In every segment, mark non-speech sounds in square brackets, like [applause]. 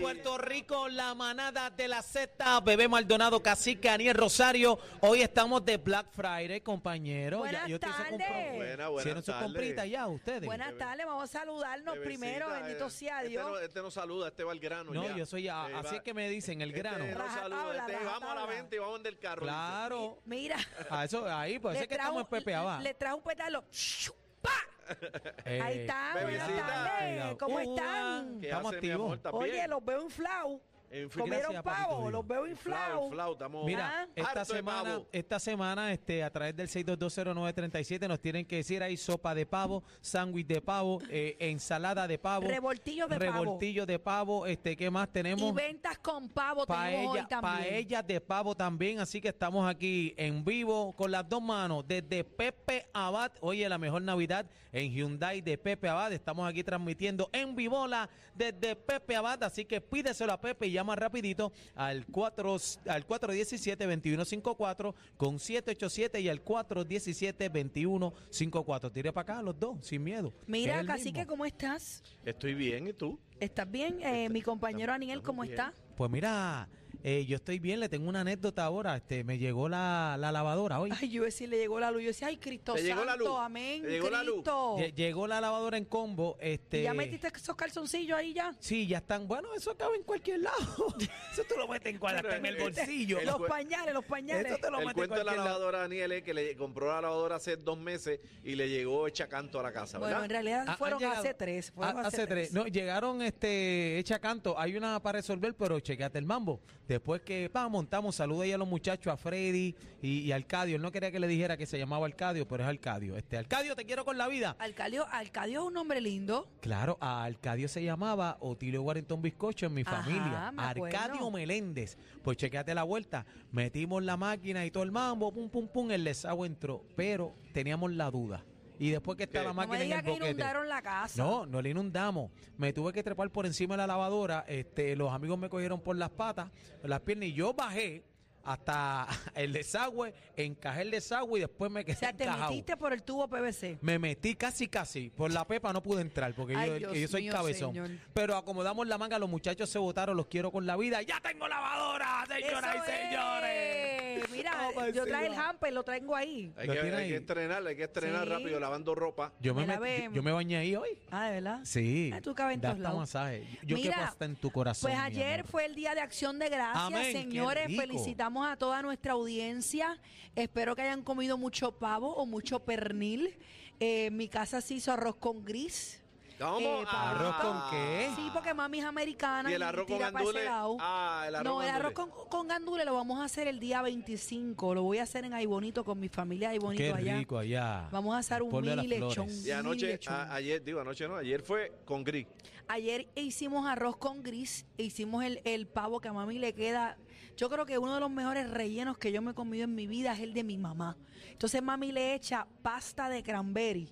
Bueno, buenas tardes, buenas tardes, buenas tardes, buenas tardes, buenas tardes, buenas tardes, buenas tardes, Puerto Rico, la manada de Puerto Rico, la manada de la Z, Bebé Maldonado, Cacique, Aniel Rosario. Hoy estamos de Black Friday, compañero. Buenas tardes. Buena, buenas Hicieron su tardes. comprita ya ustedes. Buenas tardes, vamos a saludarnos Bebecita, primero, eh, bendito sea este Dios. no- Este no, saluda, este va al grano. no, ya. yo soy a- Eh, así va- es que me dicen, el este grano. no Rajatabla, saluda, este vamos a la rajatabla. venta y vamos del carro. Claro. [laughs] Mira, A eso, ahí, pues es que estamos en Pepe Abad. le trajo un pétalo. ¡Shu! ¡Pa! Eh, Ahí está, buenas bebecita. tardes. Cuidado. ¿Cómo Uva. están? ¿Qué Estamos hace, mi activos. amor? ¿Estás Oye, bien? los veo inflados. Comer- En fin, Comieron Gracias, papito pavo, Dios. los veo inflado, inflados. inflado, estamos- Mira, Ah. esta Harto de semana, eh, pavo. esta semana, este, a través del 6220937 nos tienen que decir ahí sopa de pavo, sándwich de pavo, eh, ensalada de pavo, Revoltillos de pavo. revoltillo de pavo, este, ¿qué más Y tenemos? ventas con pavo tenemos hoy Paella, también. paellas de pavo también, así que estamos aquí en vivo con las dos manos desde Pepe Abad. Oye, la mejor Navidad en Hyundai de Pepe Abad. Estamos aquí transmitiendo en Vivola desde Pepe Abad, así que pídeselo a Pepe y llama rapidito al 4 al 417-2154 con 787 y al 417-2154. Tire para acá los dos, sin miedo. Es Mira, el cacique, mismo. ¿cómo estás? Estoy bien, ¿y tú? ¿Estás bien? Eh, mi compañero Aniel, ¿cómo estamos está? Pues mira, eh, yo estoy bien, le tengo una anécdota ahora. Este, me llegó la, la lavadora hoy. Ay, yo decía, le llegó la luz. Yo decía, ay, Cristo Te llegó la luz. santo, amén, Te llegó la luz. Cristo. Lle- Llegó la lavadora en combo. Este, ¿Y Oh. ¿Ya metiste esos calzoncillos ahí ya? Sí, ya están. Bueno, eso cabe en cualquier [laughs] lado. eso tú lo metes en, cual, hasta en el eh, Metiste- bolsillo. El Los cue- pañales, los pañales. Eso te lo El metes en cuento de la cualquier lado. lavadora Daniel es que le compró la lavadora hace dos meses y le llegó hecha canto a la casa, Bueno, ¿verdad? en realidad Ah, han fueron llegado- hace tres. Ah, Fueron hace tres. No, llegaron este, hecha canto. Hay una para resolver, pero chequeate el mambo. Después que pa, montamos, saluda ahí a los muchachos, a Freddy y, y a Arcadio. Él no quería que le dijera que se llamaba Arcadio, pero es Arcadio. Este, Arcadio, te quiero con la vida. Alcadio, Alcadio es un hombre lindo. Claro, a Arcadio se llamaba Otilio Warrington Bizcocho en mi Ajá, familia. me acuerdo. Arcadio Meléndez. Pues chequeate la vuelta. Metimos la máquina y todo el mambo, pum, pum, pum, el lesao entró. Pero teníamos la duda. Y después que está ¿Qué? la No No me máquina en diga el que boquete. inundaron la casa. No, no le inundamos. Me tuve que trepar por encima de la lavadora. Este, los amigos me cogieron por las patas, por las piernas, y yo bajé hasta [laughs] el desagüe, encajé el desagüe y después me quedé O sea, te encajado. metiste por el tubo PVC. Me metí casi, casi. Por la pepa no pude entrar porque Ay, yo, Dios que yo soy mío, cabezón. señor. Pero acomodamos la manga, los muchachos se votaron, los quiero con la vida. ¡Ya tengo lavadora, señoras ¡Eso y señores! es! Mira, [laughs] Vamos yo traje el encima. hamper, lo tengo ahí. Hay, Lo que, tiene hay que ahí. estrenar, hay que estrenar Sí. rápido lavando ropa. Yo me, Me la metí- yo- ven. yo me bañé ahí hoy. Ah, ¿de verdad? Sí. Ah, tú cabes en da todos hasta lados. masaje. Yo Mira, quepo hasta en tu corazón. Pues mi ayer amor. fue el Día de Acción de Gracias, Amén, qué señores. rico. Felicitamos a toda nuestra audiencia. Espero que hayan comido mucho pavo o mucho pernil. Eh, en mi casa se hizo arroz con gris. ¿Cómo? Eh, Ah. ¿Arroz con qué? Sí, porque mami es americana. ¿Y el arroz con tira pa' ese gandules? lado. Ah, el arroz No, el con arroz con, gandules. con gandules lo vamos a hacer el día 25. Lo voy a hacer en Ay Bonito con mi familia Ay Bonito Qué allá. rico allá. Vamos a hacer El un pueblo de las mini lechón. flores. Y anoche, lechón. a- ayer, digo anoche no, ayer fue con gris. Ayer hicimos arroz con gris, e hicimos el, el pavo que a mami le queda. Yo creo que uno de los mejores rellenos que yo me he comido en mi vida es el de mi mamá. Entonces mami le echa pasta de cranberry.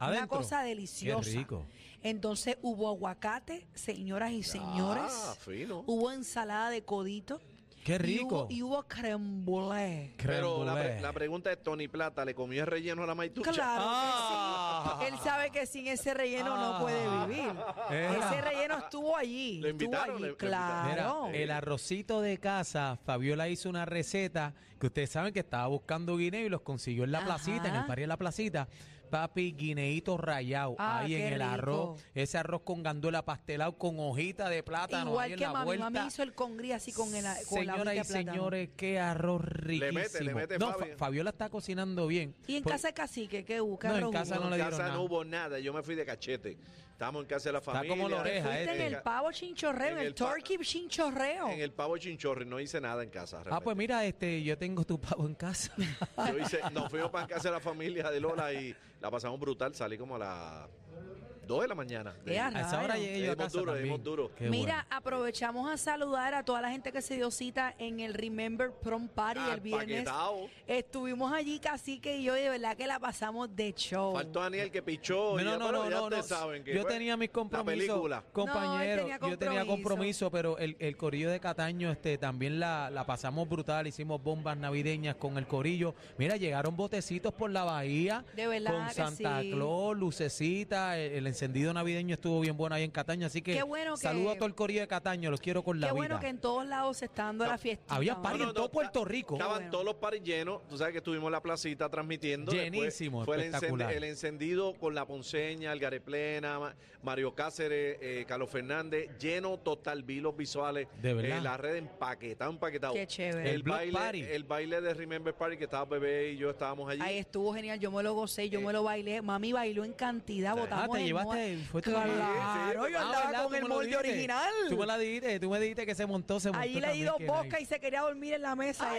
Una Adentro. cosa Qué deliciosa. rico. Entonces hubo aguacate, señoras y señores. Ah, fino. Hubo ensalada de codito. Qué Y hubo- rico. Y hubo, creme brûlée. Pero la, pre- Creme la brûlée. pregunta es, ¿Tony Plata le comió el relleno a la maitucha? Claro Ah. que sí. Él sabe que sin ese relleno no Ah. puede vivir. Era. Ese relleno estuvo allí. Lo invitaron, estuvo le- allí, Mira, le eh, claro. invitaron. el arrocito de casa, Fabiola hizo una receta que ustedes saben que estaba buscando guineo y los consiguió en la Ajá. placita, en el parque de la placita. papi, guineíto rayado Ah, ahí en qué el arroz. rico. Ese arroz con ganduela pastelado, con hojita de plátano ahí Igual en que la mami, vuelta. mami hizo el congrí así con, el, con la Señoras hojita y de plátano. señores, qué arroz riquísimo. Le mete, le mete, no, Fabi. Fa- Fabiola está cocinando bien. Y en Por- casa de cacique, ¿qué hubo? ¿Qué pues, No, en arroz casa hubo? no le en dieron casa nada. no hubo nada, yo me fui de cachete. Estamos en casa de la Está familia. como la Te oreja, fuiste este. en el pavo chinchorreo, en En el, el pa- turkey chinchorreo. En el pavo chinchorri, no hice nada en casa. Ah, pues realmente. mira, este, yo tengo tu pavo en [laughs] casa. [laughs] Yo hice, nos fuimos para casa de la familia de Lola y la pasamos brutal. Salí como a las 2 de la mañana. de- Ea, A esa hora Rayos. llegué yo a Dimos casa duro, también. dimos duro. Qué Mira, bueno. aprovechamos a saludar a toda la gente que se dio cita en el Remember Prom Party el viernes. Ah, Empaquetado. Estuvimos allí, Cacique y yo, y de verdad que la pasamos de show. Faltó Daniel que pichó. y No, ya, no, pero no, ya no, ustedes no. saben que yo fue tenía mis La compromisos, película. compañero. No, él tenía yo tenía compromiso. compromiso, pero el, el corillo de Cataño, este, también la, la pasamos brutal. Hicimos bombas navideñas con el corillo. Mira, llegaron botecitos por la bahía, De verdad con que Santa sí. Claus, lucecita, e, el, el encendido navideño estuvo bien bueno ahí en Cataño. Así que Qué bueno que- saludo a todo el corillo de Cataño. Los quiero con Qué la vida. bueno que en todos lados se está dando la fiesta. había party en todo está- Puerto Rico. Estaban Bueno. todos los paris llenos. Tú sabes que estuvimos en la placita transmitiendo. después Llenísimo, Fue el, espectacular. encend- el encendido con la Ponceña, Algaré Plena, Ma- Mario Cáceres, eh, Carlos Fernández. Lleno total, vi los visuales. De verdad. Eh, la red empaquetado, empaquetado. Qué chévere. El El block baile, party. el baile de Remember Party que estaba bebé y yo estábamos allí. Ahí estuvo genial, yo me lo gocé, yo me lo bailé. Mami bailó en cantidad, Sí. botamos Ah, Eh. te en llevaste. mua- Fue tu- Claro, Sí, sí, yo Ah, andaba ¿verdad? con Tú el me lo molde dijiste. original. Tú me, la dijiste, tú me dijiste que se montó, se montó. Allí le di también, dos qué bocas nice. y se quería dormir en la mesa.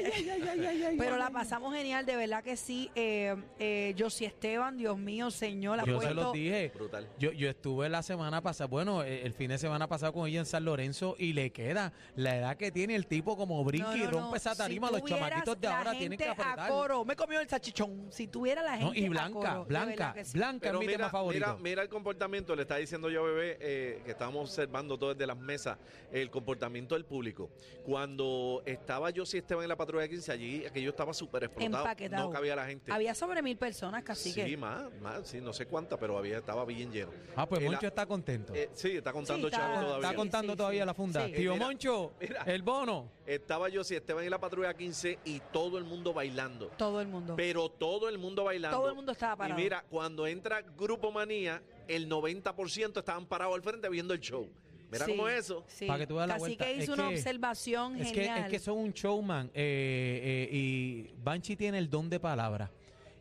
Pero la pasamos genial, de verdad que sí. Eh, eh, Josie Esteban, Dios mío, señor, la Yo puesto- se los dije. Brutal. Yo, yo estuve la semana pasada, bueno, eh, el fin de semana pasado con ella en San Lorenzo y le queda la edad que tiene el tipo como brinca No, y no, no. rompe esa Si tarima. los tuvieras chamaquitos de la ahora tienen que gente a apretar. coro. Me comió el salchichón. Si tuviera la gente No, y a Blanca, coro, de Blanca, verdad que sí. Blanca Pero es mi mira, tema favorito. Mira, mira el comportamiento, le está diciendo yo, bebé, eh, que estábamos observando todo desde las mesas, el comportamiento del público. Cuando estaba yo, si Esteban en la patrulla de 15, allí aquello estaba súper explotado. Empaquetado. No cabía la gente. Había sobre mil personas, casi sí, que. más, más, sí, no sé cuánta, pero había, estaba bien lleno. ah, pues Eh, la- Moncho está contento. eh, sí, está contando Sí, chavo está- todavía. está contando sí, todavía sí. la funda. Sí. Tío Mira, Moncho, mira. el bono. Estaba yo, si Esteban en la patrulla de 15 y todo el mundo bailando. Todo el mundo. Pero todo el mundo bailando. Todo el mundo estaba parado. Y mira, cuando entra Grupo Manía, el 90% estaban parados al frente viendo el show. Mira Sí, cómo es eso. sí. Para que tú veas la Casi vuelta. que hizo Es una que- observación Es que, genial. es que son un showman eh, eh, y Banshee tiene el don de palabra.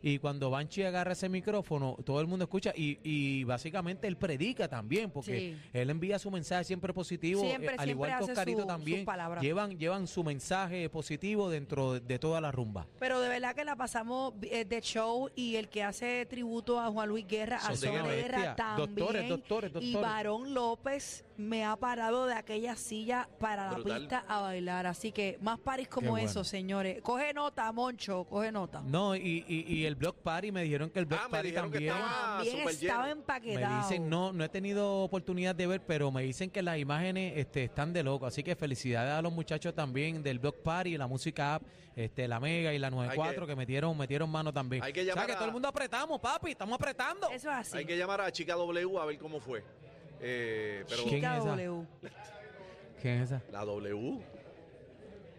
Y cuando Banshee agarra ese micrófono, todo el mundo escucha y, y básicamente él predica también, porque Sí. él envía su mensaje siempre positivo, eh, Siempre, al siempre igual que hace Oscarito su- también, sus palabras. llevan, llevan su mensaje positivo dentro de, de toda la rumba. Pero de verdad que la pasamos eh, de show y el que hace tributo a Juan Luis Guerra, a Son Son una de Guerra bestia. también. Doctores, doctores, Y doctores. Varón López me ha parado de aquella silla para Brutal. la pista a bailar. Así que más paris como bueno. eso, señores. Coge nota, Moncho, coge nota. No, y, y- y el Block Party, me dijeron que el Block Ah, me Party dijeron que también... estaba También Ah, súper estaba lleno. Me empaquetado. dicen, no, no he tenido oportunidad de ver, pero me dicen que las imágenes este, están de loco. Así que felicidades a los muchachos también del Block Party, la música app, este, la Mega y la 94 que, que- metieron, metieron mano también. Hay que O sea, llamar que a- todo el mundo apretamos, papi, estamos apretando. Eso es así. Hay que llamar a Chica W a ver cómo fue. Eh, pero ¿Quién Chica es esa? W. ¿Quién es esa? la W,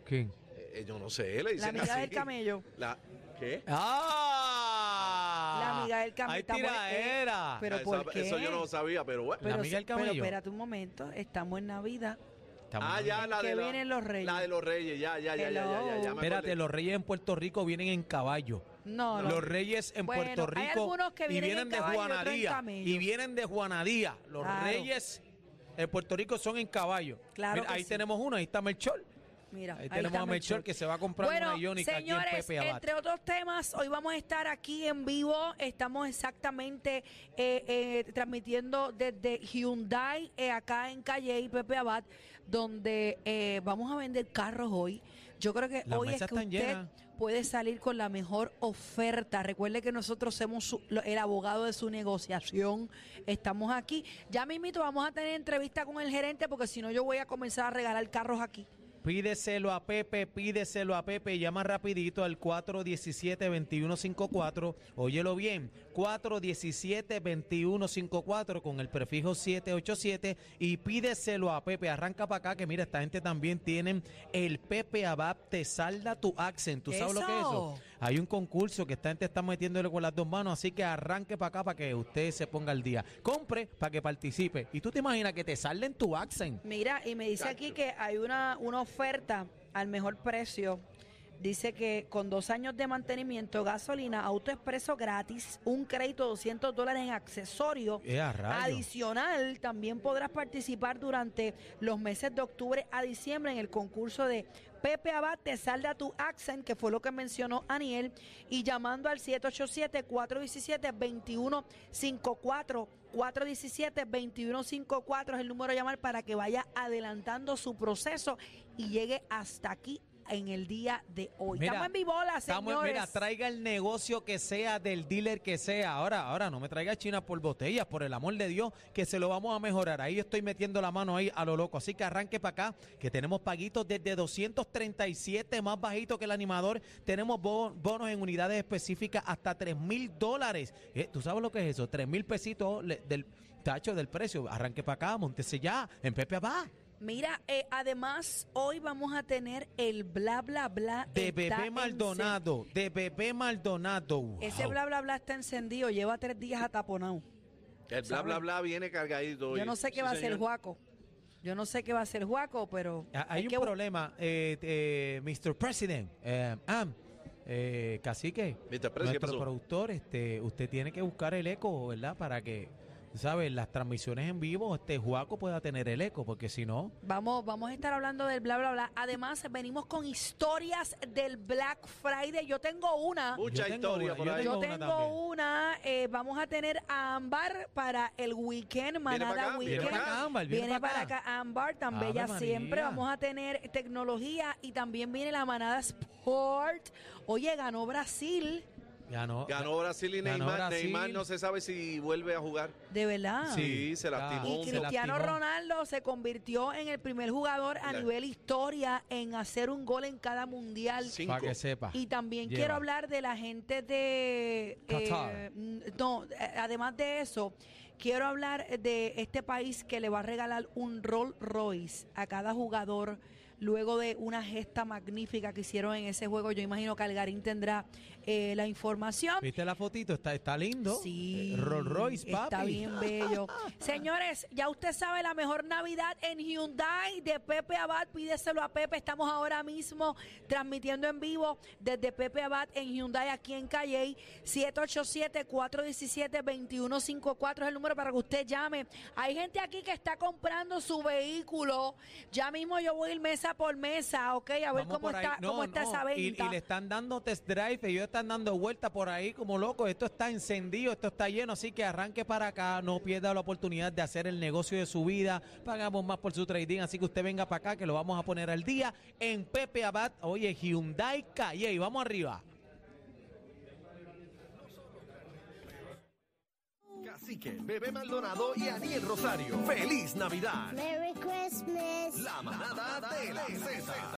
¿Quién? eh, yo no sé, le dicen La amiga así. del camello. La, ¿Qué? ¡Ah! La amiga del camello. ¡Ay, estamos- tiraera! eh, pero Ah, ¿por esa- qué? Eso yo no lo sabía, pero bueno. pero, amiga del se- pero camello. espérate un momento, estamos en Navidad. Estamos ah, bien. ya, la que de la- vienen los reyes. La de los reyes, ya, ya, ya, ya, ya, ya, ya. me Espérate, acordé. los reyes en Puerto Rico vienen en caballo. No, no. Los reyes en Bueno, Puerto hay Rico algunos que y vienen en vienen de caballo y otros en Juanadía. camello. Y vienen de Juanadía. Los Claro. reyes en Puerto Rico son en caballo. Claro que ahí sí. tenemos uno, ahí está Melchor. Mira, Ahí tenemos está a Melchor que se va a comprar bueno, una iónica aquí en señores, Pepe Abad. entre otros temas, hoy vamos a estar aquí en vivo. Estamos exactamente eh, eh, transmitiendo desde Hyundai, eh, acá en Calle y Pepe Abad, donde eh, vamos a vender carros hoy. Yo creo que Las hoy es mesas que están usted llenas. puede salir con la mejor oferta. Recuerde que nosotros somos su- lo- el abogado de su negociación. Estamos aquí. Ya mismito vamos a tener entrevista con el gerente porque si no yo voy a comenzar a regalar carros aquí. Pídeselo a Pepe, pídeselo a Pepe. Llama rapidito al 417-2154. Óyelo bien, 417-2154 con el prefijo 787 y pídeselo a Pepe. Arranca para acá que mira, esta gente también tienen el Pepe Abad. Te salda tu accent. ¿Tú sabes lo que es eso? Eso. Hay un concurso que esta gente está metiéndole con las dos manos, así que arranque para acá para que usted se ponga al día. Compre para que participe. Y tú te imaginas que te salen tu accent. Mira, y me dice aquí que hay una, una oferta al mejor precio. Dice que con dos años de mantenimiento, gasolina, auto expreso gratis, un crédito de 200 dólares en accesorio. Eh, a rayos. Adicional, también podrás participar durante los meses de octubre a diciembre en el concurso de Pepe Abad, te salda tu accent, que fue lo que mencionó Aniel, y llamando al 787-417-2154. 417-2154 es el número a llamar para que vaya adelantando su proceso y llegue hasta aquí en el día de hoy. Mira, estamos en mi bola, Estamos- señores. mira, traiga el negocio que sea, del dealer que sea. Ahora, ahora no me traiga China por botellas, por el amor de Dios, que se lo vamos a mejorar. Ahí yo estoy metiendo la mano ahí a lo loco. Así que arranque para acá, que tenemos paguitos desde 237, más bajito que el animador. Tenemos bo- bonos en unidades específicas hasta 3 mil dólares. Eh, ¿Tú sabes lo que es eso? 3 mil pesitos le- del tacho del precio. Arranque para acá, montese ya, en Pepe va. Mira, eh, además, hoy vamos a tener el bla, bla, bla. De está Bebé en Maldonado, de Bebé Maldonado. cen- Ese Wow. bla, bla, bla está encendido, lleva tres días ataponado. El bla, bla, bla viene cargadito. Yo hoy. no sé Sí, qué va a hacer señor. Juaco. Yo no sé qué va a hacer Juaco, pero. Ah, Hay un que bu- problema, eh, eh, Mr. President, eh, am, eh, cacique, Mr. President, ¿qué nuestro pasó? productor, este, usted tiene que buscar el eco, ¿verdad? Para que, ¿sabes? Las transmisiones en vivo, este Juaco pueda tener el eco, porque si no, Vamos, vamos a estar hablando del bla, bla, bla. Además, venimos con historias del Black Friday. Yo tengo una. Mucha Yo tengo historia una, por yo ahí. Yo una tengo también. una. eh, vamos a tener a Ámbar para el weekend, Manada para acá, viene Weekend. para acá. Ámbar, viene, para acá Ámbar, tan Ave bella María. siempre. Vamos a tener tecnología y también viene la Manada Sport. Oye, ganó Brasil, Ganó, Ganó Brasil y Ganó Neymar. Brasil. Neymar no se sabe si vuelve a jugar. de verdad. ah, Sí, se lastimó. Y se Cristiano Oh, lastimó. Ronaldo se convirtió en el primer jugador a La- nivel historia en hacer un gol en cada mundial. Cinco. Para que sepa. Y también Lleva. quiero hablar de la gente de... eh, Qatar. mm, no, eh, además de eso, quiero hablar de este país que le va a regalar un Rolls Royce a cada jugador luego de una gesta magnífica que hicieron en ese juego. Yo imagino que Algarín tendrá eh, la información. ¿Viste la fotito? Está, está lindo. Sí, Eh, Rolls Royce, papi. Está bien [laughs] bello. Señores, ya usted sabe la mejor Navidad en Hyundai de Pepe Abad. Pídeselo a Pepe. Estamos ahora mismo transmitiendo en vivo desde Pepe Abad en Hyundai aquí en Calle. 787-417-2154 es el número para que usted llame. Hay gente aquí que está comprando su vehículo. Ya mismo yo voy a ir mesa por mesa, ¿ok? A ver Vamos cómo por ahí. está, No, cómo está no, esa y- venta. Y, le están dando test drive, ellos están dando vuelta por ahí como locos. Esto está encendido, esto está lleno, así que arranque para acá, no pierda la oportunidad de hacer el negocio de su vida. Pagamos más por su trading, así que usted venga para acá que lo vamos a poner al día en Pepe Abad. Oye, Hyundai Calle, y vamos arriba. Cacique, Bebé Maldonado y Aniel Rosario. ¡Feliz Navidad! Merry Christmas. La manada de la Z.